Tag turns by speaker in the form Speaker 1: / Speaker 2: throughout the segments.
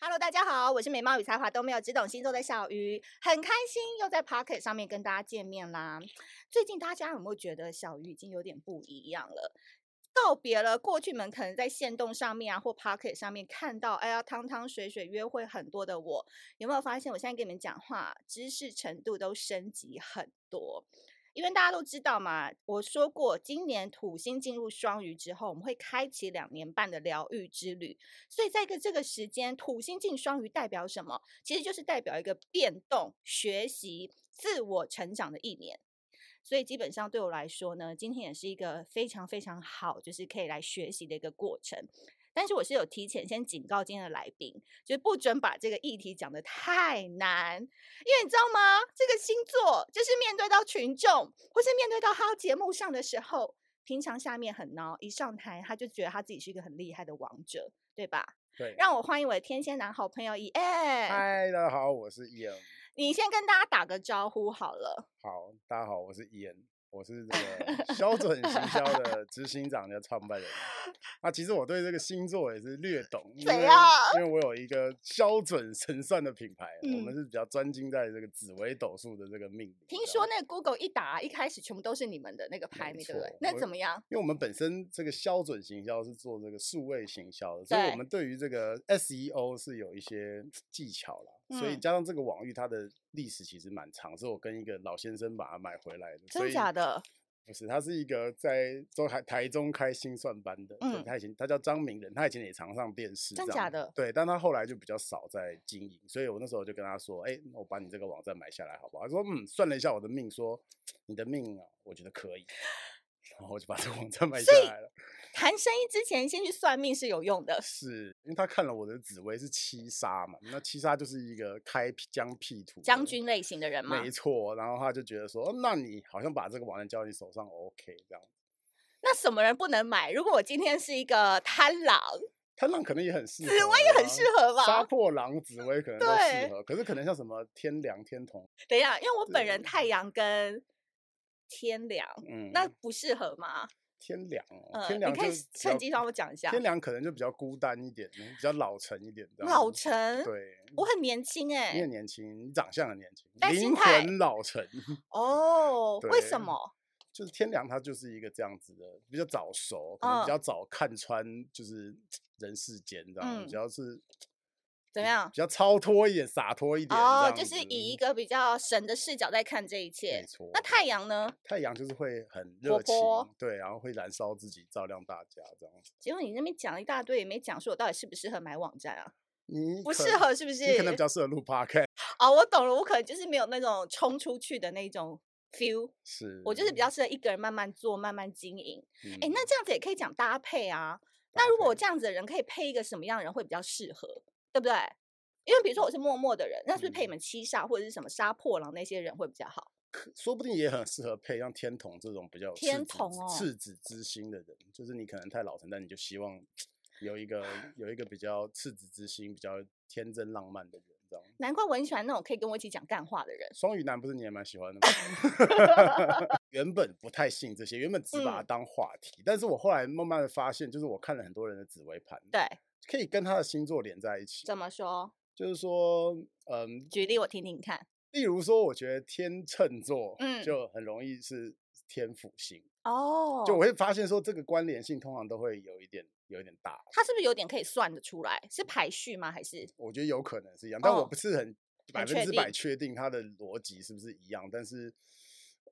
Speaker 1: Hello，大家好，我是美貌与才华都没有，只懂星座的小鱼，很开心又在 Pocket 上面跟大家见面啦。最近大家有没有觉得小鱼已经有点不一样了？告别了过去们可能在线动上面啊或 Pocket 上面看到，哎呀汤汤水水约会很多的我，有没有发现我现在跟你们讲话知识程度都升级很多？因为大家都知道嘛，我说过，今年土星进入双鱼之后，我们会开启两年半的疗愈之旅。所以在一个这个时间，土星进双鱼代表什么？其实就是代表一个变动、学习、自我成长的一年。所以基本上对我来说呢，今天也是一个非常非常好，就是可以来学习的一个过程。但是我是有提前先警告今天的来宾，就是不准把这个议题讲得太难，因为你知道吗？这个星座就是面对到群众，或是面对到他节目上的时候，平常下面很孬，一上台他就觉得他自己是一个很厉害的王者，对吧？
Speaker 2: 对，
Speaker 1: 让我欢迎我的天蝎男好朋友 E N，
Speaker 2: 嗨，大家好，我是伊恩。
Speaker 1: 你先跟大家打个招呼好了。
Speaker 2: 好，大家好，我是伊恩，我是这个标准行 销的执行长的创办人。啊，其实我对这个星座也是略懂，因
Speaker 1: 怎
Speaker 2: 为
Speaker 1: 样
Speaker 2: 因为我有一个标准神算的品牌，啊我们
Speaker 1: 嗯
Speaker 2: 是比较专精在这个紫微斗数的这个命理。
Speaker 1: 听说，那个 Google 一打，一开始全部都是你们的那个排
Speaker 2: 没
Speaker 1: 名，对不对
Speaker 2: 错？
Speaker 1: 那
Speaker 2: 我
Speaker 1: 怎么样？
Speaker 2: 因为我们本身这个标准行销是做这个数位行销的，所以
Speaker 1: 对
Speaker 2: 我们对于这个 SEO 是有一些技巧啦。所以
Speaker 1: 嗯
Speaker 2: 加上这个网域，它的历史其实蛮长，是我跟一个老先生把它买回来的。
Speaker 1: 真的假
Speaker 2: 的？
Speaker 1: 的？
Speaker 2: 不是，他是一个在中台台中开心算班的，
Speaker 1: 嗯
Speaker 2: 嗯，他以前他叫张明仁，他以前也常上电视，
Speaker 1: 真
Speaker 2: 这
Speaker 1: 假
Speaker 2: 样
Speaker 1: 的
Speaker 2: 对，但他后来就比较少在经营，所以我那时候就跟他说，哎、我把你这个网站买下来好不好？他说，嗯，算了一下我的命，说你的命啊，我觉得可以，然后我就把这个网站买下
Speaker 1: 所以
Speaker 2: 来了。
Speaker 1: 谈生意之前先去算命是有用的。
Speaker 2: 是因为他看了我的紫薇是七杀嘛，那七杀就是一个开辟疆辟土的
Speaker 1: 将军类型的人嘛
Speaker 2: 嗯没错，然后他就觉得说，哦那你好像把这个网站交到你手上，OK，这样。
Speaker 1: 那什么人不能买？如果我今天是一个贪狼，
Speaker 2: 贪狼可能也很适合啊，
Speaker 1: 紫薇也很适合吧
Speaker 2: 杀破狼、紫薇可能都
Speaker 1: 对
Speaker 2: 适合，可是可能像什么天梁、天同，
Speaker 1: 等一下，因为我本人
Speaker 2: 对
Speaker 1: 太阳跟天梁，
Speaker 2: 嗯，
Speaker 1: 那不适合吗？
Speaker 2: 天梁哦，
Speaker 1: 嗯，
Speaker 2: 天
Speaker 1: 你
Speaker 2: 梁
Speaker 1: 可
Speaker 2: 就
Speaker 1: 以
Speaker 2: 比
Speaker 1: 趁
Speaker 2: 较
Speaker 1: 机让我讲一下。
Speaker 2: 天梁可能就比较孤单一点，比较老成一点，这样
Speaker 1: 老
Speaker 2: 子
Speaker 1: 陈，
Speaker 2: 对，
Speaker 1: 我很年轻哎、
Speaker 2: 你很年轻，你长相很年轻，
Speaker 1: 但心
Speaker 2: 灵
Speaker 1: 态
Speaker 2: 魂老成，
Speaker 1: 哦，为什
Speaker 2: 对
Speaker 1: 么？
Speaker 2: 就是天梁他就是一个这样子的，比较早熟，可能
Speaker 1: 嗯
Speaker 2: 比较早看穿就是人世间，这
Speaker 1: 嗯
Speaker 2: 样比较是
Speaker 1: 怎样
Speaker 2: 比？较超脱一点、洒脱一点，
Speaker 1: 哦，
Speaker 2: 这
Speaker 1: 就
Speaker 2: 样
Speaker 1: 是以一
Speaker 2: 子
Speaker 1: 个比较神的视角在看这一切
Speaker 2: 没。错，
Speaker 1: 那太阳呢？
Speaker 2: 太阳就是会很
Speaker 1: 活
Speaker 2: 热情
Speaker 1: 泼，
Speaker 2: 对，然后会燃烧自己，照亮大家这样子。
Speaker 1: 结果你那边讲了一大堆，也没讲说我到底适不适合买网站啊？
Speaker 2: 你
Speaker 1: 不
Speaker 2: 可
Speaker 1: 适合是不是
Speaker 2: 你可能比较适合录 podcast，
Speaker 1: 哦，我懂了，我可能就是没有那种冲出去的那种 feel，
Speaker 2: 是
Speaker 1: 我就是比较适合一个人慢慢做、慢慢经营。
Speaker 2: 嗯，
Speaker 1: 哎，那这样子也可以讲搭配啊。那
Speaker 2: 搭
Speaker 1: 如果我
Speaker 2: 配
Speaker 1: 这样子的人，可以配一个什么样的人会比较适合，对不对？因为比如说我是默默的人，那是不是配你
Speaker 2: 嗯
Speaker 1: 们七煞或者是什么杀破狼那些人会比较好？
Speaker 2: 可说不定也很适合配像天童这种比较有
Speaker 1: 天
Speaker 2: 赤子
Speaker 1: 同
Speaker 2: 之
Speaker 1: 哦
Speaker 2: 赤子之心的人，就是你可能太老成，但你就希望有一个有一个比较赤子之心、比较天真浪漫的人，这样。
Speaker 1: 难怪我很喜欢那种可以跟我一起讲干话的人。
Speaker 2: 双鱼男不是你也蛮喜欢的吗？ 原本不太信这些，原本只把它
Speaker 1: 嗯
Speaker 2: 当话题，但是我后来慢慢的发现，就是我看了很多人的紫微盘，
Speaker 1: 对，
Speaker 2: 可以跟他的星座连在一起。
Speaker 1: 怎么说？
Speaker 2: 就是说，嗯，
Speaker 1: 举例我听听看。
Speaker 2: 例如说，我觉得天秤座，
Speaker 1: 嗯
Speaker 2: 就很容易是天府星，
Speaker 1: 哦，
Speaker 2: 就我会发现说，这个关联性通常都会有一点，有一点大。
Speaker 1: 它是不是有点可以算得出来？是排序吗？还是
Speaker 2: 我觉得有可能是一样，但我
Speaker 1: 哦
Speaker 2: 不是很百
Speaker 1: 确
Speaker 2: 分之百
Speaker 1: 定
Speaker 2: 确定它的逻辑是不是一样，但是。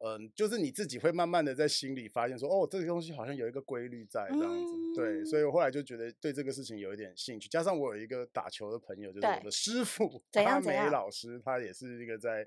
Speaker 2: 嗯，就是你自己会慢慢的在心里发现说，哦，这个东西好像有一个规律在这样子，对，
Speaker 1: 嗯
Speaker 2: 所以我后来就觉得对这个事情有一点兴趣，加上我有一个打球的朋友，就是我
Speaker 1: 对
Speaker 2: 的师傅
Speaker 1: 怎
Speaker 2: 阿
Speaker 1: 样怎
Speaker 2: 美
Speaker 1: 样
Speaker 2: 老师，他也是一个在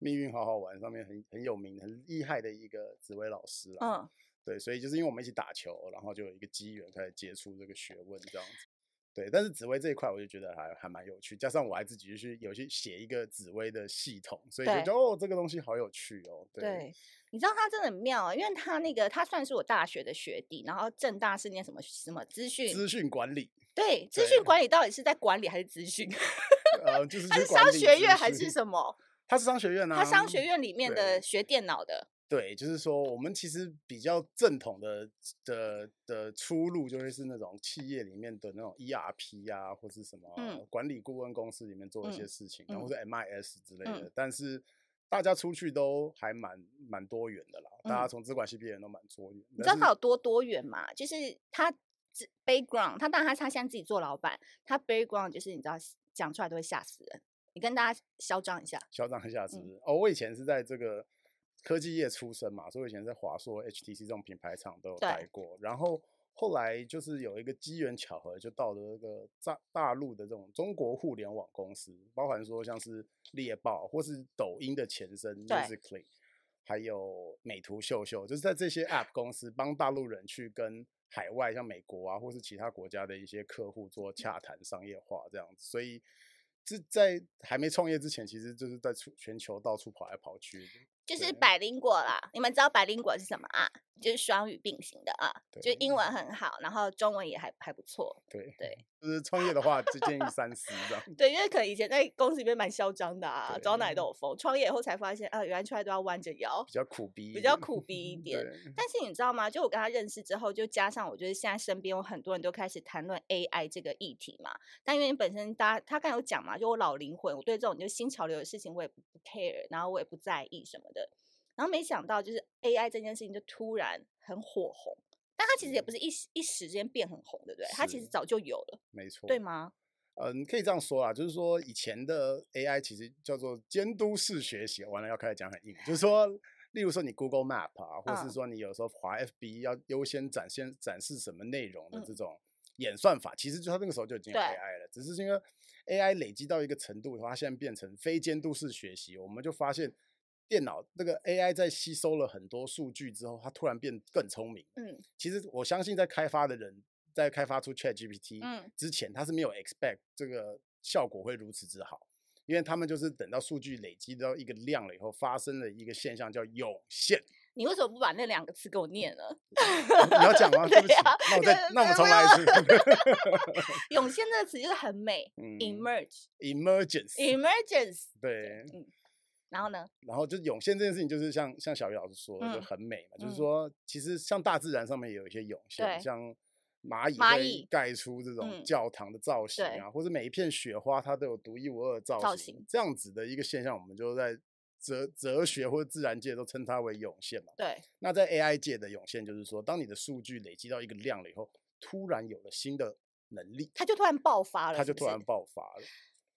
Speaker 2: 命运好好玩上面很很有名、很厉害的一个紫薇老师啦，
Speaker 1: 嗯，
Speaker 2: 对，所以就是因为我们一起打球，然后就有一个机缘开始接触这个学问这样子。对，但是紫薇这一块我就觉得还还蛮有趣，加上我还自己去有去写一个紫薇的系统，所以就
Speaker 1: 对
Speaker 2: 觉得哦，这个东西好有趣哦。对，
Speaker 1: 对，你知道他真的很妙啊，因为他那个他算是我大学的学弟，然后正大是念什么什么资讯，
Speaker 2: 资讯管理，
Speaker 1: 对，资讯
Speaker 2: 对
Speaker 1: 管理到底是在管理还是资讯？
Speaker 2: 呃，就是
Speaker 1: 他
Speaker 2: 去
Speaker 1: 是
Speaker 2: 管
Speaker 1: 商
Speaker 2: 理
Speaker 1: 学
Speaker 2: 资
Speaker 1: 院还是
Speaker 2: 讯
Speaker 1: 什么？
Speaker 2: 他是商学院啊，
Speaker 1: 他商学院里面的
Speaker 2: 对
Speaker 1: 学电脑的，
Speaker 2: 对，就是说我们其实比较正统的的的出路，就会是那种企业里面的那种 ERP 啊，或是什么
Speaker 1: 嗯
Speaker 2: 管理顾问公司里面做一些
Speaker 1: 嗯
Speaker 2: 事情，啊然后
Speaker 1: 嗯
Speaker 2: 是 MIS 之类的。
Speaker 1: 嗯
Speaker 2: 但是大家出去都还蛮蛮多元的啦，大
Speaker 1: 嗯
Speaker 2: 家从资管系毕业人都蛮多元。
Speaker 1: 你知道
Speaker 2: 但是
Speaker 1: 他有多多元吗？就是他自 background，他当然他他现在自己做老板，他 background 就是你知道讲出来都会吓死人。你跟大家嚣张一下，
Speaker 2: 嚣张一下是
Speaker 1: 嗯
Speaker 2: 不是？哦，我以前是在这个科技业出身嘛，所以我以前在华硕、HTC 这种品牌厂都有
Speaker 1: 对
Speaker 2: 待过。然后后来就是有一个机缘巧合，就到了这个大大陆的这种中国互联网公司，包含说像是猎豹或是抖音的前身
Speaker 1: 对
Speaker 2: Musically，还有美图秀秀，就是在这些 App 公司帮大陆人去跟海外像美国啊，或是其他国家的一些客户做洽谈商业化这样子，所以这在还没创业之前，其实就是在出全球到处跑来跑去的。
Speaker 1: 就是
Speaker 2: 对
Speaker 1: 百灵果啦。你们知道百灵果是什么啊？就是双语并行的啊，就
Speaker 2: 对
Speaker 1: 英文很好，然后中文也还还不错。
Speaker 2: 对
Speaker 1: 对，
Speaker 2: 就是创业的话，就建议三思这样。
Speaker 1: 对，因为可能以前在公司里面蛮嚣张的啊，
Speaker 2: 嗯对
Speaker 1: 走到哪里都有风。创业以后才发现啊，原来出来都要弯着腰
Speaker 2: 比，较苦逼一
Speaker 1: 比
Speaker 2: 点，嗯
Speaker 1: 较苦逼一点。
Speaker 2: 对，
Speaker 1: 但是你知道吗？就我跟他认识之后，就加上我觉得现在身边有很多人都开始谈论 AI 这个议题嘛。但因为你本身大家他刚才有讲嘛，就我老灵魂，我对这种就新潮流的事情我也不不 care，然后我也不在意什么的。然后没想到就是 AI 这件事情就突然很火红，但它其实也不是一时一时之间变很红，对不对？它其实
Speaker 2: 嗯是
Speaker 1: 早就有了，
Speaker 2: 没错，
Speaker 1: 对？吗？
Speaker 2: 嗯，可以这样说啦，就是说以前的 AI 其实叫做监督式学习，完了要开始讲很硬，就是说，例如说你 Google Map 啊，或
Speaker 1: 嗯
Speaker 2: 是说你有时候滑 FB 要优先展现展示什么内容的
Speaker 1: 嗯
Speaker 2: 这种演算法，其实就它那个时候就已经有
Speaker 1: 对
Speaker 2: AI 了，只是因为 AI 累积到一个程度的话，它现在变成非监督式学习，我们就发现。电脑那个 AI 在吸收了很多数据之后，它突然变更聪明。
Speaker 1: 嗯
Speaker 2: 其实我相信，在开发的人在开发出 ChatGPT，
Speaker 1: 嗯，
Speaker 2: 之前，他是没有 expect 这个效果会如此之好，因为他们就是等到数据累积到一个量了以后，发生了一个现象叫涌现。
Speaker 1: 你为什么不把那两个字给我念呢？
Speaker 2: 你要讲吗？对不
Speaker 1: 对
Speaker 2: 起
Speaker 1: 啊，
Speaker 2: 那我再
Speaker 1: 对
Speaker 2: 那我们重
Speaker 1: 没
Speaker 2: 来
Speaker 1: 有
Speaker 2: 一次。
Speaker 1: 涌现这个词就是很美、
Speaker 2: 嗯
Speaker 1: e m e r g e
Speaker 2: emergence，
Speaker 1: emergence，
Speaker 2: 对，
Speaker 1: 然后呢？
Speaker 2: 然后就涌现这件事情，就是像像小鱼老师说的，
Speaker 1: 嗯
Speaker 2: 就很美嘛，就
Speaker 1: 嗯
Speaker 2: 是说，其实像大自然上面也有一些涌
Speaker 1: 对
Speaker 2: 现，像蚂蚁
Speaker 1: 蚂
Speaker 2: 会
Speaker 1: 蚁
Speaker 2: 盖出这
Speaker 1: 嗯
Speaker 2: 种教堂的造型
Speaker 1: 对
Speaker 2: 啊，或者每一片雪花它都有独一无二的造
Speaker 1: 造型
Speaker 2: 型，这样子的一个现象，我们就在哲哲学或者自然界都称它为涌现嘛。
Speaker 1: 对，
Speaker 2: 那在 AI 界的涌现，就是说，当你的数据累积到一个量了以后，突然有了新的能力，
Speaker 1: 它就突然爆发了，
Speaker 2: 它
Speaker 1: 是
Speaker 2: 就
Speaker 1: 不
Speaker 2: 突
Speaker 1: 是
Speaker 2: 然爆发了。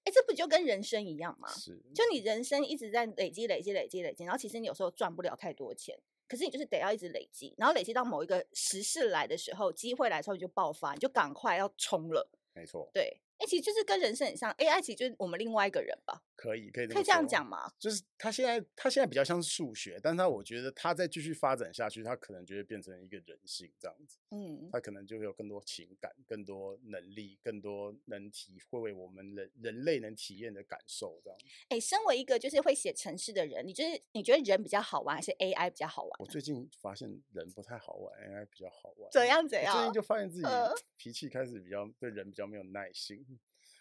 Speaker 1: 哎，这不就跟人生一样吗？
Speaker 2: 是，
Speaker 1: 就你人生一直在累积、累积、累积、累积，然后其实你有时候赚不了太多钱，可是你就是得要一直累积，然后累积到某一个时势来的时候，机会来的时候你就爆发，你就赶快要冲了。
Speaker 2: 没错，
Speaker 1: 对，哎，其实就是跟人生很像，AI 其实就是我们另外一个人吧，
Speaker 2: 可以可以这么
Speaker 1: 可以这样
Speaker 2: 说
Speaker 1: 讲吗？
Speaker 2: 就是他现在他现在比较像是数学，但他我觉得他再继续发展下去，他可能就会变成一个人性这样子，
Speaker 1: 嗯，
Speaker 2: 他可能就会有更多情感、更多能力、更多能体会我们人人类能体验的感受这样子。
Speaker 1: 哎，身为一个就是会写程式的人，你就是你觉得人比较好玩还是 AI 比较好玩
Speaker 2: 我
Speaker 1: 呢？
Speaker 2: 最近发现人不太好玩，AI 比较好玩。
Speaker 1: 怎样怎
Speaker 2: 我最
Speaker 1: 样
Speaker 2: 近？就发现自己
Speaker 1: 呃
Speaker 2: 脾气开始比较对人比较没有耐心，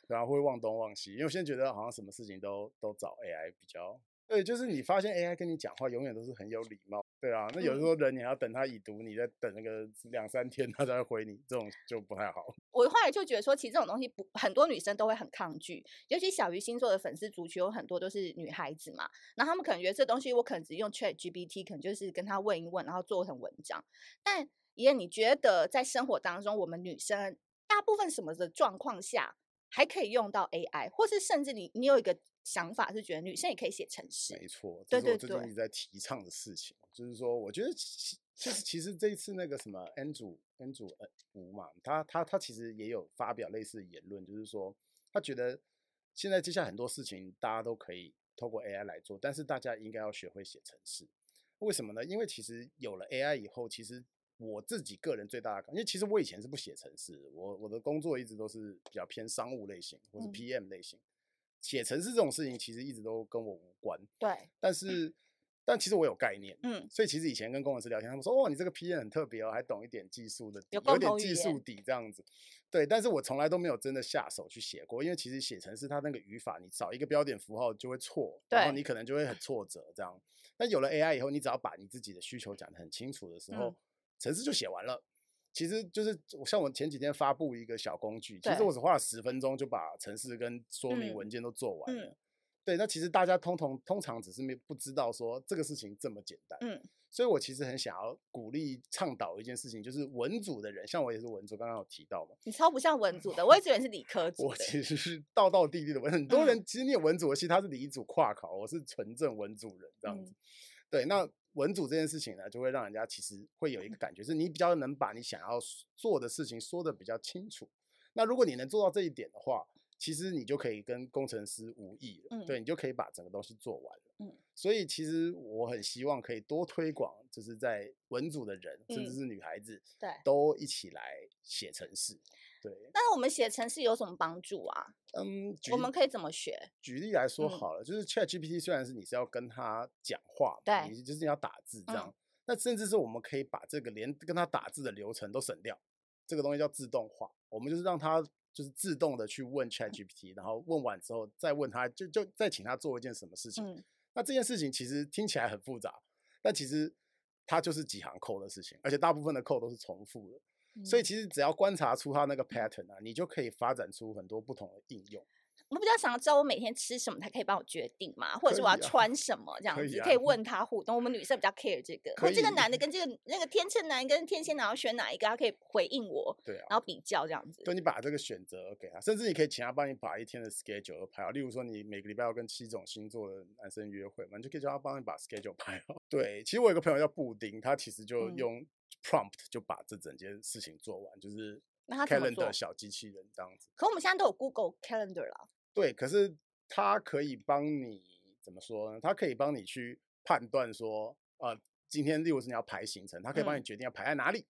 Speaker 2: 然后会忘东忘西，因为我现在觉得好像什么事情都都找 AI 比较。对，就是你发现 AI 跟你讲话永远都是很有礼貌，对啊。那有
Speaker 1: 嗯
Speaker 2: 时候人你还要等他已读，你再等那个两三天他才会回你，这种就不太好。
Speaker 1: 我后来就觉得说，其实这种东西不很多女生都会很抗拒，尤其小鱼星座的粉丝族群有很多都是女孩子嘛，然后她们可能觉得这东西我可能只用 Chat GPT，可能就是跟她问一问，然后做成文章。但爷，你觉得在生活当中，我们女生大部分什么的状况下还可以用到 AI，或是甚至你你有一个想法是觉得女生也可以写程式
Speaker 2: 没错，
Speaker 1: 对对
Speaker 2: 这是我最近
Speaker 1: 对
Speaker 2: 一直在提倡的事情，就是说，我觉得其就是其实这一次那个什么恩主恩主恩吴嘛，他他他其实也有发表类似的言论，就是说他觉得现在接下来很多事情大家都可以透过 AI 来做，但是大家应该要学会写程式。为什么呢？因为其实有了 AI 以后，其实我自己个人最大的感，因为其实我以前是不写程式的，我我的工作一直都是比较偏商务类型或是
Speaker 1: 嗯
Speaker 2: PM 类型，写程式这种事情其实一直都跟我无关。
Speaker 1: 对，
Speaker 2: 但是，但其实我有概念，
Speaker 1: 嗯，
Speaker 2: 所以其实以前跟工程师聊天，他们说哦，你这个 PM 很特别哦，还懂一点技术的底，
Speaker 1: 有
Speaker 2: 有
Speaker 1: 共
Speaker 2: 点
Speaker 1: 同语
Speaker 2: 技术
Speaker 1: 言
Speaker 2: 底这样子。对，但是我从来都没有真的下手去写过，因为其实写程式它那个语法，你少一个标点符号就会错，然后
Speaker 1: 对
Speaker 2: 你可能就会很挫折这样。但有了 AI 以后，你只要把你自己的需求讲得很清楚的时候
Speaker 1: 嗯，
Speaker 2: 程式就写完了。其实就是我像我前几天发布一个小工具，其实
Speaker 1: 对
Speaker 2: 我只花了十分钟就把程式跟说明
Speaker 1: 嗯
Speaker 2: 文件都做完
Speaker 1: 嗯
Speaker 2: 了。对，那其实大家通通通常只是没不知道说这个事情这么简单。
Speaker 1: 嗯，
Speaker 2: 所以我其实很想要鼓励倡导一件事情，就是文组的人，像我也是文组，刚刚有提到嘛，
Speaker 1: 你超不像文组的，我一直以为你是理科组
Speaker 2: 我
Speaker 1: 的。
Speaker 2: 其实是道道地地的文，很多人
Speaker 1: 嗯
Speaker 2: 其实念文组的系，他是理组跨考，我是纯正文组人这
Speaker 1: 嗯
Speaker 2: 样子。对，那文组这件事情呢，就会让人家其实会有一个感觉，是你比较能把你想要 s- 做的事情说的比较清楚。那如果你能做到这一点的话，其实你就可以跟工程师无异了，
Speaker 1: 嗯
Speaker 2: 对你就可以把整个东西做完了。
Speaker 1: 嗯，
Speaker 2: 所以其实我很希望可以多推广，就是在文组的人，甚至
Speaker 1: 嗯
Speaker 2: 是女孩子，
Speaker 1: 对
Speaker 2: 都一起来写程式。对，
Speaker 1: 那我们写程式有什么帮助啊？
Speaker 2: 嗯，举
Speaker 1: 我
Speaker 2: 例
Speaker 1: 们可以怎么学？
Speaker 2: 举例来说
Speaker 1: 嗯
Speaker 2: 好了，就是 Chat GPT 虽然是你是要跟它讲话嘛，
Speaker 1: 对
Speaker 2: 你就是你要打字这
Speaker 1: 嗯
Speaker 2: 样，那甚至是我们可以把这个连跟它打字的流程都省掉，这个东西叫自动化，我们就是让它就是自动的去
Speaker 1: 嗯
Speaker 2: 问 Chat GPT，然后问完之后再问它，就就再请它做一件什么事情。
Speaker 1: 嗯，
Speaker 2: 那这件事情其实听起来很复杂，但其实它就是几行扣的事情，而且大部分的扣都是重复的，所以
Speaker 1: 嗯
Speaker 2: 其实只要观察出它那个 pattern 啊，你就可以发展出很多不同的应用。
Speaker 1: 我比较想要知道我每天吃什么，他可以帮我决定嘛，或者
Speaker 2: 可
Speaker 1: 是我要
Speaker 2: 以啊
Speaker 1: 穿什么这样
Speaker 2: 可
Speaker 1: 子，
Speaker 2: 以啊
Speaker 1: 可以问他互动。我们女生比较 care 这个，或
Speaker 2: 可
Speaker 1: 这个
Speaker 2: 以
Speaker 1: 男的跟这个那个天秤男跟天蝎男要选哪一个，他可以回应我，
Speaker 2: 对啊，
Speaker 1: 然后比较这样子。
Speaker 2: 对你把这个选择给他，甚至你可以请他帮你把一天的 schedule 都排好。例如说，你每个礼拜要跟七种星座的男生约会嘛，你就可以叫他帮你把 schedule 排好。 对，其实我有个朋友叫布丁，他其实就
Speaker 1: 嗯
Speaker 2: 用 prompt 就把这整件事情做完，就是
Speaker 1: 那他怎么
Speaker 2: calendar
Speaker 1: 做
Speaker 2: 小机器人这样子。
Speaker 1: 可我们现在都有 Google Calendar 了，
Speaker 2: 对，可是它可以帮你怎么说呢？它可以帮你去判断说，呃，今天例如是你要排行程，它可以帮
Speaker 1: 嗯
Speaker 2: 你决定要排在哪里。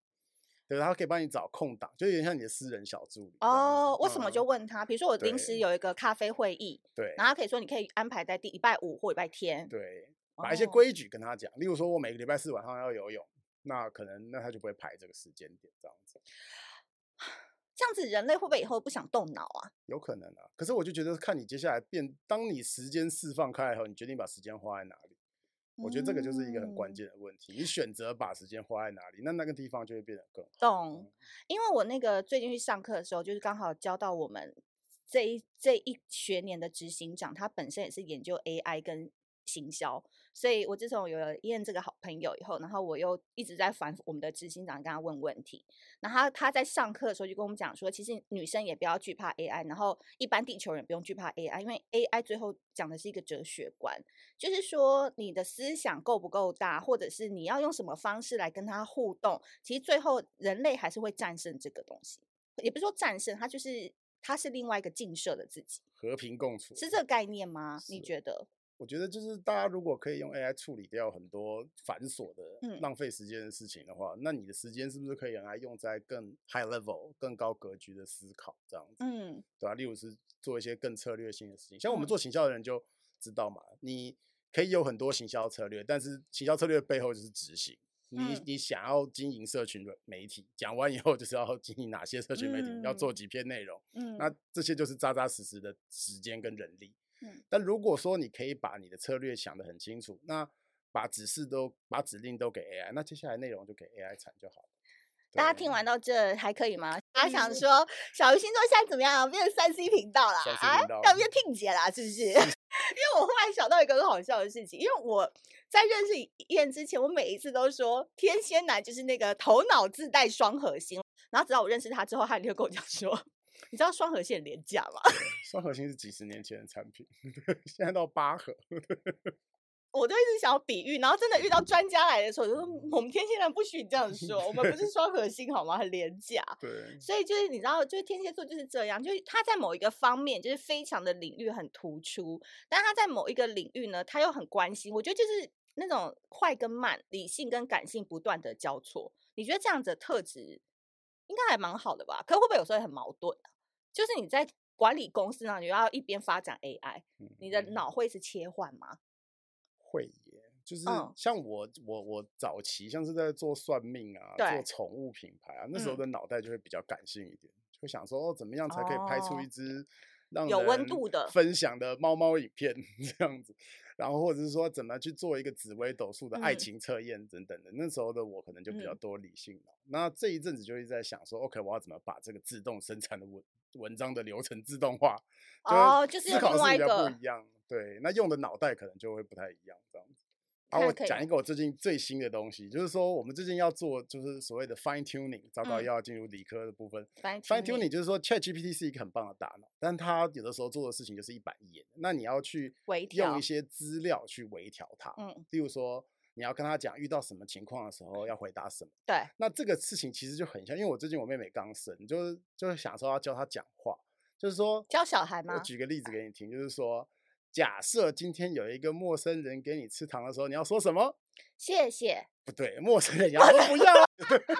Speaker 2: 对，它可以帮你找空档，就有点像你的私人小助理这样子。
Speaker 1: 哦，为什么
Speaker 2: 嗯
Speaker 1: 就问他？比如说我临时
Speaker 2: 对
Speaker 1: 有一个咖啡会议，
Speaker 2: 对
Speaker 1: 然后他可以说你可以安排在第礼拜五或礼拜天。
Speaker 2: 对，把一些
Speaker 1: 哦
Speaker 2: 规矩跟他讲。例如说，我每个礼拜四晚上要游泳，那可能那他就不会排这个时间点这样子，
Speaker 1: 这样子人类会不会以后不想动脑啊？
Speaker 2: 有可能啊。可是我就觉得看你接下来变，当你时间释放开来后，你决定把时间花在哪里。我觉得这个就是一个很关
Speaker 1: 嗯
Speaker 2: 键的问题，你选择把时间花在哪里，那那个地方就会变得更好。
Speaker 1: 懂，因为我那个最近去上课的时候，就是刚好教到我们这一这一学年的执行长，他本身也是研究 AI 跟行销，所以我自从有了燕这个好朋友以后，然后我又一直在反复我们的执行长跟他问问题，然后他他在上课的时候就跟我们讲说，其实女生也不要惧怕 AI，然后一般地球人不用惧怕 AI，因为 AI 最后讲的是一个哲学观，就是说你的思想够不够大，或者是你要用什么方式来跟它互动，其实最后人类还是会战胜这个东西，也不是说战胜，它就是它是另外一个映射的自己，
Speaker 2: 和平共处
Speaker 1: 是这个概念吗？你
Speaker 2: 是
Speaker 1: 觉得？
Speaker 2: 我觉得就是大家如果可以用 AI 处理掉很多繁琐的、
Speaker 1: 嗯
Speaker 2: 浪费时间的事情的话，那你的时间是不是可以用来用在更 high level、更高格局的思考这样子？
Speaker 1: 嗯，
Speaker 2: 对啊，例如是做一些更策略性的事情，像我们
Speaker 1: 嗯
Speaker 2: 做行销的人就知道嘛，你可以有很多行销策略，但是行销策略背后就是执行。你
Speaker 1: 嗯
Speaker 2: 你想要经营社群媒体，讲完以后就是要经营哪些社群媒体，要做
Speaker 1: 嗯
Speaker 2: 几篇内容，
Speaker 1: 嗯
Speaker 2: 那这些就是扎扎实实的时间跟人力。
Speaker 1: 嗯
Speaker 2: 但如果说你可以把你的策略想得很清楚，那把指示都把指令都给 AI，那接下来内容就给 AI 产就好了。
Speaker 1: 大家
Speaker 2: 对啊
Speaker 1: 听完到这还可以吗？大家
Speaker 2: 嗯
Speaker 1: 想说小鱼星座现在怎么样？变成三 C 频道啦，
Speaker 2: 3C 频
Speaker 1: 啊，
Speaker 2: 道
Speaker 1: 要 变听姐啦，是不是？因为我忽然想到一个很好笑的事情，因为我在认识燕之前，我每一次都说天蝎男就是那个头脑自带双核心，然后直到我认识他之后，他就跟我讲说， 你知道双核心很廉价吗？
Speaker 2: 双核心是几十年前的产品， 现在到八核。
Speaker 1: 我都一直想要比喻，然后真的遇到专家来的时候，我就说嗯我们天蝎男不许你这样说，我们不是双核心好吗？很廉价。
Speaker 2: 对，
Speaker 1: 所以就是你知道，就是天蝎座就是这样，就是他在某一个方面就是非常的领域很突出，但他在某一个领域呢，他又很关心。我觉得就是那种快跟慢、理性跟感性不断的交错。你觉得这样子的特质应该还蛮好的吧？可会不会有时候也很矛盾啊？就是你在管理公司呢，你又要一边发展 AI，你的
Speaker 2: 嗯
Speaker 1: 脑会是切换吗？
Speaker 2: 会耶，就是
Speaker 1: 嗯
Speaker 2: 像我我我早期像是在做算命啊，
Speaker 1: 对嗯
Speaker 2: 做宠物品牌啊，那时候的脑袋就会比较感性一点，就会想说哦，怎么样才可以拍出
Speaker 1: 哦
Speaker 2: 一只让
Speaker 1: 有温
Speaker 2: 人
Speaker 1: 度的
Speaker 2: 分享的猫猫影片 这样子，然后或者是说怎么去做一个紫微斗数的爱
Speaker 1: 嗯
Speaker 2: 情测验等等的。那时候的我可能就比较
Speaker 1: 嗯
Speaker 2: 多理性脑，那这一阵子就一直在想说，OK，我要怎么把这个自动生产的文文章的流程自动化？
Speaker 1: 哦就是
Speaker 2: 思
Speaker 1: 用
Speaker 2: 考
Speaker 1: 另
Speaker 2: 是
Speaker 1: 外
Speaker 2: 比
Speaker 1: 一
Speaker 2: 较
Speaker 1: 个
Speaker 2: 不一样。对，那用的脑袋可能就会不太一样这样子。啊，
Speaker 1: 看
Speaker 2: 我
Speaker 1: 可以
Speaker 2: 讲一个我最近最新的东西，就是说我们最近要做就是所谓的 fine tuning，糟糕，
Speaker 1: 嗯
Speaker 2: 又要进入理科的部分。
Speaker 1: 反
Speaker 2: fine tuning 就是说 Chat GPT 是一个很棒的大脑，但它有的时候做的事情就是一板一眼的。那你要去
Speaker 1: 微
Speaker 2: 用
Speaker 1: 调
Speaker 2: 一些资料去微调它，
Speaker 1: 嗯，
Speaker 2: 例如说你要跟他讲遇到什么情况的时候要回答什么。
Speaker 1: 对，
Speaker 2: 那这个事情其实就很像，因为我最近我妹妹刚生，就是就是想说要教她讲话，就是说
Speaker 1: 教小孩
Speaker 2: 我
Speaker 1: 吗
Speaker 2: 举个例子给你听，就是说，假设今天有一个陌生人给你吃糖的时候，你要说什么？
Speaker 1: 谢谢。
Speaker 2: 不对，陌生人你要说不要啊，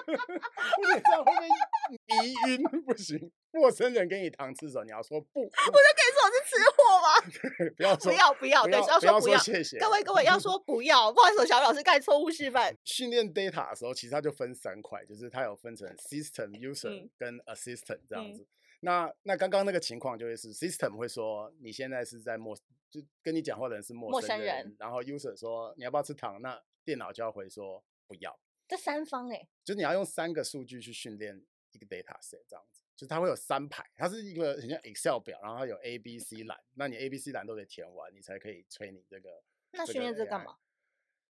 Speaker 2: 不是这样会被迷晕，不 行。陌生人给你糖吃的时候，你要说
Speaker 1: 可
Speaker 2: 不，
Speaker 1: 以说我是吃货吗？
Speaker 2: 不要
Speaker 1: 不
Speaker 2: 说
Speaker 1: 要不要，
Speaker 2: 不
Speaker 1: 对，啊
Speaker 2: 要
Speaker 1: 是要
Speaker 2: 不要
Speaker 1: 说不要。
Speaker 2: 谢谢。
Speaker 1: 各位各位要说不要，不好意思，小老师刚才错误示范。
Speaker 2: 训练 data 的时候，其实它就分三块，就是它有分成 system、user
Speaker 1: 嗯
Speaker 2: 跟 assistant 这样
Speaker 1: 嗯
Speaker 2: 子。那那刚刚那个情况就会是 system 会说你现在是在陌，就跟你讲话的人是陌
Speaker 1: 陌
Speaker 2: 生
Speaker 1: 生
Speaker 2: 人，
Speaker 1: 人
Speaker 2: 然后 user 说你要不要吃糖，那电脑就要回说不要，
Speaker 1: 这三方哎、
Speaker 2: 就你要用三个数据去训练一个 data set 这样子。就它会有三排，它是一个很像 Excel 表，然后它有 A、B、C 栏，那你 A、B、C 栏都得填完，你才可以吹你这个。
Speaker 1: 那训练这干
Speaker 2: AI
Speaker 1: 嘛？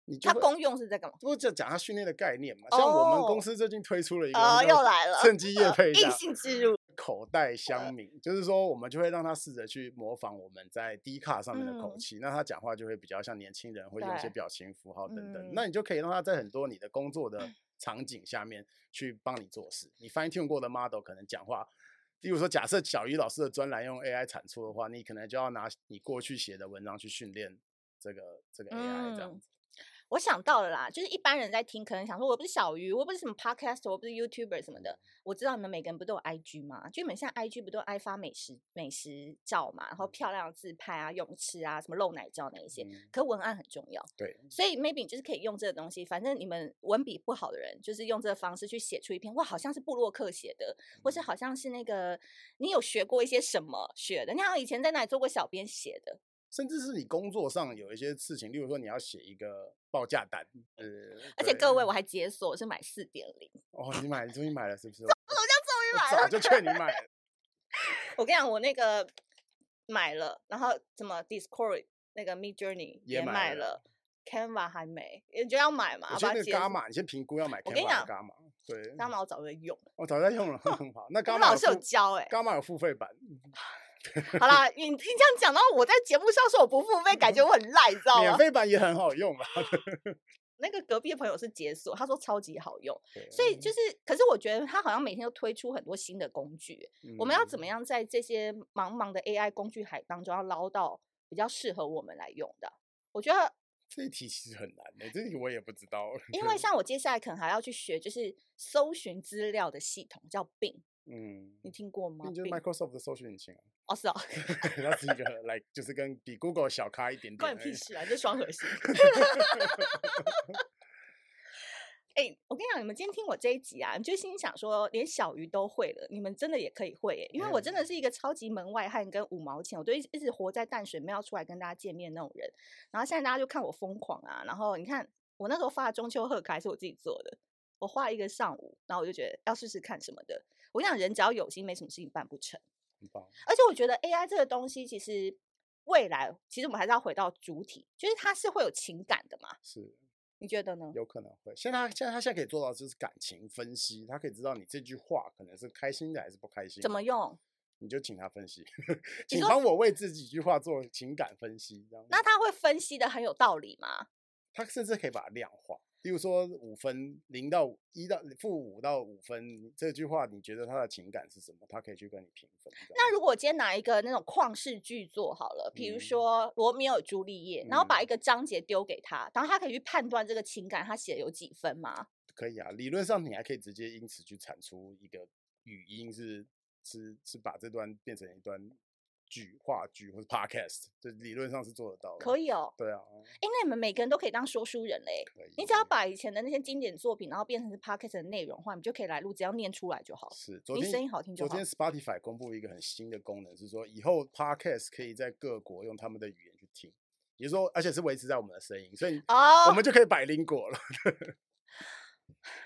Speaker 2: 你就
Speaker 1: 它
Speaker 2: 会
Speaker 1: 功用是在干嘛？
Speaker 2: 不过就讲它训练的概念嘛，像我们
Speaker 1: 哦
Speaker 2: 公司最近推出了一个，
Speaker 1: 呃，
Speaker 2: 叫
Speaker 1: 又来了，
Speaker 2: 趁机业
Speaker 1: 呃
Speaker 2: 配一下
Speaker 1: 硬性植入，
Speaker 2: 口袋乡民，就是说我们就会让他试着去模仿我们在 D 卡上面的口
Speaker 1: 嗯
Speaker 2: 气，那他讲话就会比较像年轻人，会用一些
Speaker 1: 对嗯
Speaker 2: 表情符号等等，那你就可以让他在很多你的工 作的场景下面去帮你做事。你 fine tune 过的 model 可能讲话。例如说，假设小鱼老师的专栏用 AI 产出的话，你可能就要拿你过去写的文章去训练这个这个 AI 这样
Speaker 1: 嗯。我想到了啦，就是一般人在听，可能想说，我不是小鱼，我不是什么 podcast，我不是 YouTuber 什么的。我知道你们每个人不都有 IG 吗？就你们现在 IG 不都爱发美食美食照嘛，然后漂亮的自拍啊、泳池啊、什么露奶照那一些，
Speaker 2: 嗯
Speaker 1: 可文案很重要。
Speaker 2: 对，
Speaker 1: 所以 maybe 你就是可以用这个东西，反正你们文笔不好的人，就是用这个方式去写出一篇，哇，好像是布洛克写的，或
Speaker 2: 嗯
Speaker 1: 是好像是那个你有学过一些什么学的，你好像以前在哪里做过小编写的，
Speaker 2: 甚至是你工作上有一些事情，例如说你要写一个报价单，呃，
Speaker 1: 而且
Speaker 2: 对
Speaker 1: 各位我还解锁是买四点零，
Speaker 2: 哦，你买，你终于买了是 不是？
Speaker 1: 终于
Speaker 2: 我
Speaker 1: 买
Speaker 2: 早
Speaker 1: 了，
Speaker 2: 就劝你买了，
Speaker 1: 我跟你讲，我那个买了，然后怎么 Discord 那个 Mid Journey
Speaker 2: 也买
Speaker 1: 买
Speaker 2: 了
Speaker 1: 了，Canva 还没，你觉得要买嘛？
Speaker 2: 我
Speaker 1: 把
Speaker 2: 觉
Speaker 1: 它
Speaker 2: 得那
Speaker 1: 解
Speaker 2: 个伽
Speaker 1: 锁
Speaker 2: 马，你先评估要买
Speaker 1: 我跟你
Speaker 2: Canva
Speaker 1: 讲
Speaker 2: 的伽马，对，
Speaker 1: 伽马我早就用了，
Speaker 2: 我早在用了，很好。那
Speaker 1: 我
Speaker 2: 伽
Speaker 1: 们
Speaker 2: 马
Speaker 1: 老师有
Speaker 2: 付
Speaker 1: 教哎、
Speaker 2: 伽马有付费版，
Speaker 1: 好啦，你你这样讲到我在节目上说我不付费，感觉我很赖，你知道
Speaker 2: 嗯免
Speaker 1: 吗？
Speaker 2: 费版也很好用啦。
Speaker 1: 那个隔壁的朋友是解锁，他说超级好用，
Speaker 2: 对
Speaker 1: 所以就是，可是我觉得他好像每天都推出很多新的工具，我
Speaker 2: 嗯
Speaker 1: 们要怎么？样在这些茫茫的 AI 工具海当中要捞到比较适合我们来用的？我觉得
Speaker 2: 这一题其实很难的，这一题我也不知道。
Speaker 1: 因为像我接下来可能还要去学，就是搜寻资料的系统叫 Bing，
Speaker 2: 嗯，
Speaker 1: 你听过吗
Speaker 2: 那就是
Speaker 1: Bing
Speaker 2: Microsoft 的搜索引擎啊，
Speaker 1: 哦是哦，
Speaker 2: 它是一个来就是跟比 Google 小咖一点点
Speaker 1: 关
Speaker 2: 而
Speaker 1: 你屁
Speaker 2: 已。
Speaker 1: 事啊！这双核 心。哎、我跟你讲，你们今天听我这一集啊，你就心里想说，连小鱼都会了，你们真的也可以会耶、因为我真
Speaker 2: 嗯
Speaker 1: 的是一个超级门外汉跟五毛钱，我都一直一直活在淡水，没有出来跟大家见面那种人。然后现在大家就看我疯狂啊，然后你看我那时候发的中秋贺卡还是我自己做的，我画了一个上午，然后我就觉得要试试看什么的。我跟你讲，人只要有心，没什么事情办不成。
Speaker 2: 很棒，
Speaker 1: 而且我觉得 AI 这个东西，其实未来其实我们还是要回到主体，就是它是会有情感的嘛？
Speaker 2: 是。
Speaker 1: 你觉得呢？
Speaker 2: 有可能会。现在他现在他现在可以做到就是感情分析，他可以知道你这句话可能是开心的还是不开心。
Speaker 1: 怎么？用？
Speaker 2: 你就请他分析， 请
Speaker 1: 说
Speaker 2: 帮我为这几句话做情感分析。这样
Speaker 1: 那
Speaker 2: 子
Speaker 1: 它会分析的很有道理吗？
Speaker 2: 他甚至可以把它量化，例如说五分零到五一到负五到五分这句话，你觉得他的情感是什么？他可以去跟你评分这样子。
Speaker 1: 那如果我今天拿一个那种旷世巨作好了，比如
Speaker 2: 嗯
Speaker 1: 说《罗密欧与朱丽叶》，然后把
Speaker 2: 嗯
Speaker 1: 一个章节丢给他，然后他可以去判断这个情感他写的有几分吗？
Speaker 2: 可以啊，理论上你还可以直接因此去产出一个语音是，是是把这段变成一段剧、话剧或者 podcast，这理论上是做得到的。
Speaker 1: 可
Speaker 2: 以。
Speaker 1: 以哦。
Speaker 2: 对啊，
Speaker 1: 哎，那你们每个人都可以当说书人嘞。
Speaker 2: 可以。
Speaker 1: 你只要把以前的那些经典作品，然后变成是 podcast 的内容的话，你就可以来录，只要念出来就好。
Speaker 2: 是，昨
Speaker 1: 你
Speaker 2: 天
Speaker 1: 声音好听就
Speaker 2: 昨天
Speaker 1: 好
Speaker 2: Spotify 公布一个很新的功能，是说以后 Podcast 可以在各国用他们的语言去听，也就是说，而且是维持在我们的声音，所以我
Speaker 1: 哦，
Speaker 2: 们就可以百灵果了。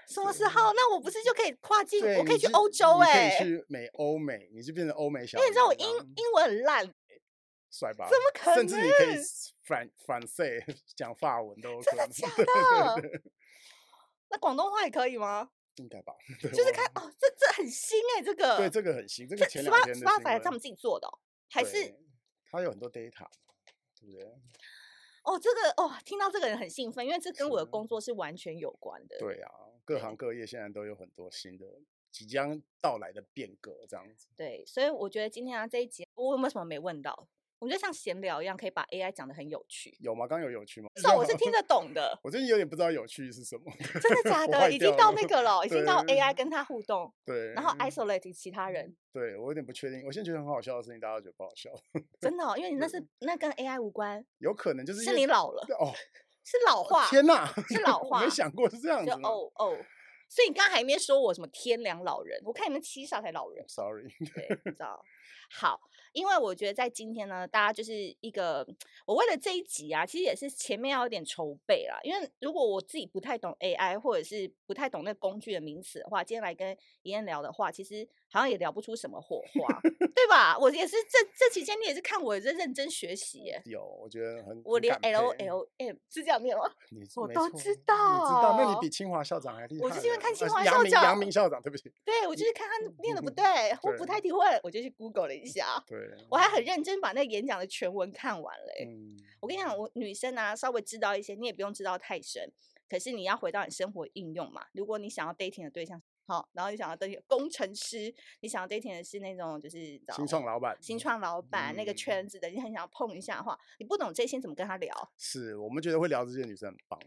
Speaker 1: 什么时候？那我不是就可以跨境？
Speaker 2: 对，
Speaker 1: 我可以
Speaker 2: 你
Speaker 1: 去
Speaker 2: 是
Speaker 1: 欧洲
Speaker 2: 你可以
Speaker 1: 哎、
Speaker 2: 去美欧美，你就变成欧美小
Speaker 1: 因为
Speaker 2: 孩了。
Speaker 1: 你知道我
Speaker 2: 这
Speaker 1: 英
Speaker 2: 样
Speaker 1: 英文很烂，
Speaker 2: 帅吧？
Speaker 1: 怎么可
Speaker 2: 甚至你可以
Speaker 1: 能
Speaker 2: 反反射讲法文都有
Speaker 1: 真
Speaker 2: 可
Speaker 1: 的
Speaker 2: 能
Speaker 1: 假
Speaker 2: 对
Speaker 1: 的？那广东话也可以吗？
Speaker 2: 应该吧？
Speaker 1: 就是看哦，这这很新哎、这个
Speaker 2: 对这个很新，这个前两
Speaker 1: Spot-
Speaker 2: 天的新
Speaker 1: Spotify
Speaker 2: 闻
Speaker 1: 他们自己做的、哦，还是
Speaker 2: 对它有很多 data，对不对？
Speaker 1: 哦这个哦，听到这个人很兴奋，因为这跟我的
Speaker 2: 是
Speaker 1: 工作是完全有关的。
Speaker 2: 对啊，各行各业现在都有很多新的即将到来的变革，这样子。
Speaker 1: 对，所以我觉得今天啊这一集，我有没有什么没问到？我觉得像闲聊一样，可以把 AI 讲的很有 趣，
Speaker 2: 有吗？刚刚有有趣吗？
Speaker 1: 至少我是听得懂的
Speaker 2: 。我最近有点不知道有趣是什么。
Speaker 1: 真的假
Speaker 2: 我
Speaker 1: 的？
Speaker 2: 坏
Speaker 1: 已经
Speaker 2: 掉
Speaker 1: 到
Speaker 2: 了
Speaker 1: 那个了，已经到
Speaker 2: 对嗯
Speaker 1: AI 跟他互动，
Speaker 2: 对，
Speaker 1: 然后 isolate 其他人，
Speaker 2: 对我有点不确定。我现在觉得很好笑的事情，大家觉得不好笑，
Speaker 1: 真的哦、因为你那是那跟 AI 无关，
Speaker 2: 有可能就是因
Speaker 1: 是
Speaker 2: 为
Speaker 1: 你老了，
Speaker 2: 哦，
Speaker 1: 是老化，
Speaker 2: 天哪，
Speaker 1: 是老
Speaker 2: 我
Speaker 1: 化
Speaker 2: 没想过是这样
Speaker 1: 就
Speaker 2: 子吗
Speaker 1: 哦哦。所以你刚刚还没说我什么天良老人，我看你们七煞才老人。
Speaker 2: ？Sorry，
Speaker 1: 对，你知道。好，因为我觉得在今天呢，大家就是一个，我为了这一集啊，其实也是前面要有点筹备啦。因为如果我自己不太懂 AI，或者是不太懂那工具的名词的话，今天来跟妍妍聊的话，其实好像也聊不出什么火 花，对吧？我也是这这期间，你也是看我认认真学习耶。
Speaker 2: 有，我觉得很
Speaker 1: 我
Speaker 2: 很
Speaker 1: 连
Speaker 2: 感佩
Speaker 1: L L M 是这样念吗？
Speaker 2: 你是
Speaker 1: 我
Speaker 2: 没
Speaker 1: 都
Speaker 2: 错
Speaker 1: 知
Speaker 2: 你知道，那你
Speaker 1: 道
Speaker 2: 比清华校长还厉害
Speaker 1: 我
Speaker 2: 了。
Speaker 1: 就是因为看清
Speaker 2: 呃
Speaker 1: 华
Speaker 2: 阳
Speaker 1: 校
Speaker 2: 明阳
Speaker 1: 长
Speaker 2: 明校长，对不起，
Speaker 1: 对，我就是看他念的不对，我不
Speaker 2: 嗯对嗯
Speaker 1: 太体会，我就去 Google 了一下，啊
Speaker 2: 对，
Speaker 1: 我还很认真把那个演讲的全文看完了耶、
Speaker 2: 嗯，
Speaker 1: 我跟你讲，我女生啊，稍微知道一些，你也不用知道太深，可是你要回到你生活应用嘛。如果你想要 dating 的对象，好，然后你想要 dating 工程师，你想要 dating 的是那种就是你知道
Speaker 2: 新创老板，
Speaker 1: 新创老板、那个
Speaker 2: 嗯
Speaker 1: 圈子的，你很想要碰一下的话，你不懂这些你怎么跟他聊
Speaker 2: 是我们觉得会聊这些女生很棒，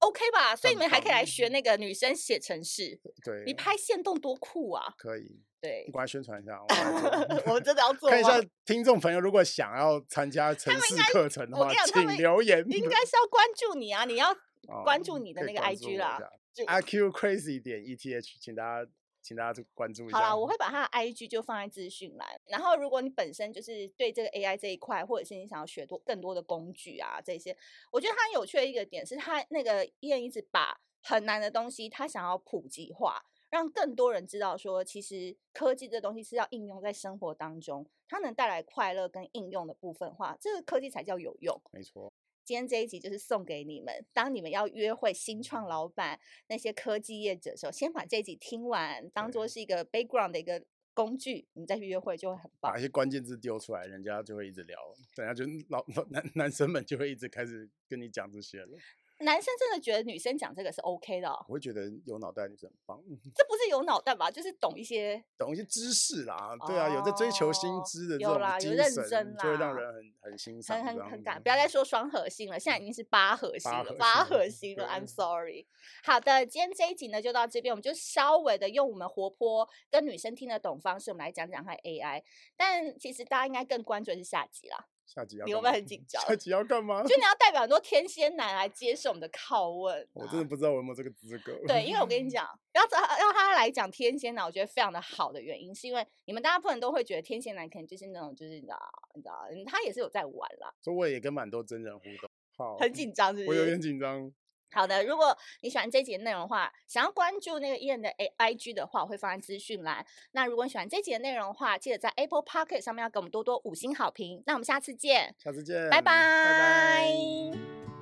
Speaker 1: ？OK 吧？所以你们
Speaker 2: 很
Speaker 1: 还可以来
Speaker 2: 棒
Speaker 1: 学那个女生写程式，
Speaker 2: 对，
Speaker 1: 你拍线动多酷啊！
Speaker 2: 可以，
Speaker 1: 对
Speaker 2: 你，过来宣传 一下，我来做
Speaker 1: 我们真的要做
Speaker 2: 看一
Speaker 1: 吗
Speaker 2: 下听众朋友，如果想要参加城
Speaker 1: 们
Speaker 2: 市
Speaker 1: 应该
Speaker 2: 课程的
Speaker 1: 我
Speaker 2: 话
Speaker 1: 跟你，讲他
Speaker 2: 请
Speaker 1: 们
Speaker 2: 留言。
Speaker 1: 应该是要关注你啊！你要
Speaker 2: 哦
Speaker 1: 关注你的
Speaker 2: 可
Speaker 1: 那
Speaker 2: 以
Speaker 1: 个
Speaker 2: 关注
Speaker 1: IG
Speaker 2: 我
Speaker 1: 啦
Speaker 2: 一下
Speaker 1: 就
Speaker 2: ，IQ crazy 点 ETH，请大家请大家去关注一下。
Speaker 1: 好啦，我会把他的 IG 就放在资讯栏。然后，如果你本身就是对这个 AI 这一块，或者是你想要学多更多的工具啊这些，我觉得它很有趣的一个点是，它那个燕一直把很难的东西，它想要普及化，让更多人知道说，其实科技这东西是要应用在生活当中，它能带来快乐跟应用的部分的话，这个科技才叫有用。
Speaker 2: 没错，
Speaker 1: 今天这一集就是送给你们，当你们要约会
Speaker 2: 嗯
Speaker 1: 新创老板、那些科技业者的时候，先把这一集听完，当做
Speaker 2: 对
Speaker 1: 是一个 background 的一个工具，你再去约会就会很棒
Speaker 2: 把一。些关键字丢出来，人家就会一直聊，人家就老老男男生们就会一直开始跟你讲这些了。
Speaker 1: 男生真的觉得女生讲这个是 OK 的哦、
Speaker 2: 我会觉得有脑袋的女生很棒，
Speaker 1: 这不是有脑袋吧？就是懂一些
Speaker 2: 懂一些知识啦，对啊，有在追求新
Speaker 1: 哦
Speaker 2: 知的这
Speaker 1: 有
Speaker 2: 种
Speaker 1: 啦有
Speaker 2: 精
Speaker 1: 认真
Speaker 2: 神，就会让
Speaker 1: 啦
Speaker 2: 人很很欣赏，
Speaker 1: 很
Speaker 2: 这
Speaker 1: 很
Speaker 2: 样
Speaker 1: 很
Speaker 2: 子
Speaker 1: 感，不要再说双核心了，现在已经是八核心
Speaker 2: 嗯八
Speaker 1: 了，八
Speaker 2: 核心了
Speaker 1: 核心了，I'm
Speaker 2: 对
Speaker 1: sorry。好的，今天这一集呢就到这边，我们就稍微的用我们活泼跟女生听得懂方式，我们来讲讲看 AI。但其实大家应该更关注的是下集啦，
Speaker 2: 下集要
Speaker 1: 你会
Speaker 2: 干
Speaker 1: 不会
Speaker 2: 嘛
Speaker 1: 很紧张
Speaker 2: 下集要 干嘛？
Speaker 1: 就你要代表很多天蝎男来接受我们的拷问啊、
Speaker 2: 我真的不知道我有没有这个资格。
Speaker 1: 对，因为我跟你 讲，要找要他来讲天蝎男，我觉得非常的好的原因，是因为你们大部分人都会觉得天蝎男可能就是那种，就是你知道，你知道，嗯他也是有在玩啦，
Speaker 2: 所以我也跟蛮多真人互动，好，
Speaker 1: 很紧张，是不
Speaker 2: 我
Speaker 1: 是？
Speaker 2: 有点紧张。
Speaker 1: 好的，如果你喜欢这集的内容的话，想要关注那个 Ian 的 A I G 的话，我会放在资讯栏。那如果你喜欢这集的内容的话，记得在 Apple Pocket 上面要给我们多多五星好评。那我们下次见，
Speaker 2: 下次见，
Speaker 1: 拜拜。
Speaker 2: 拜拜。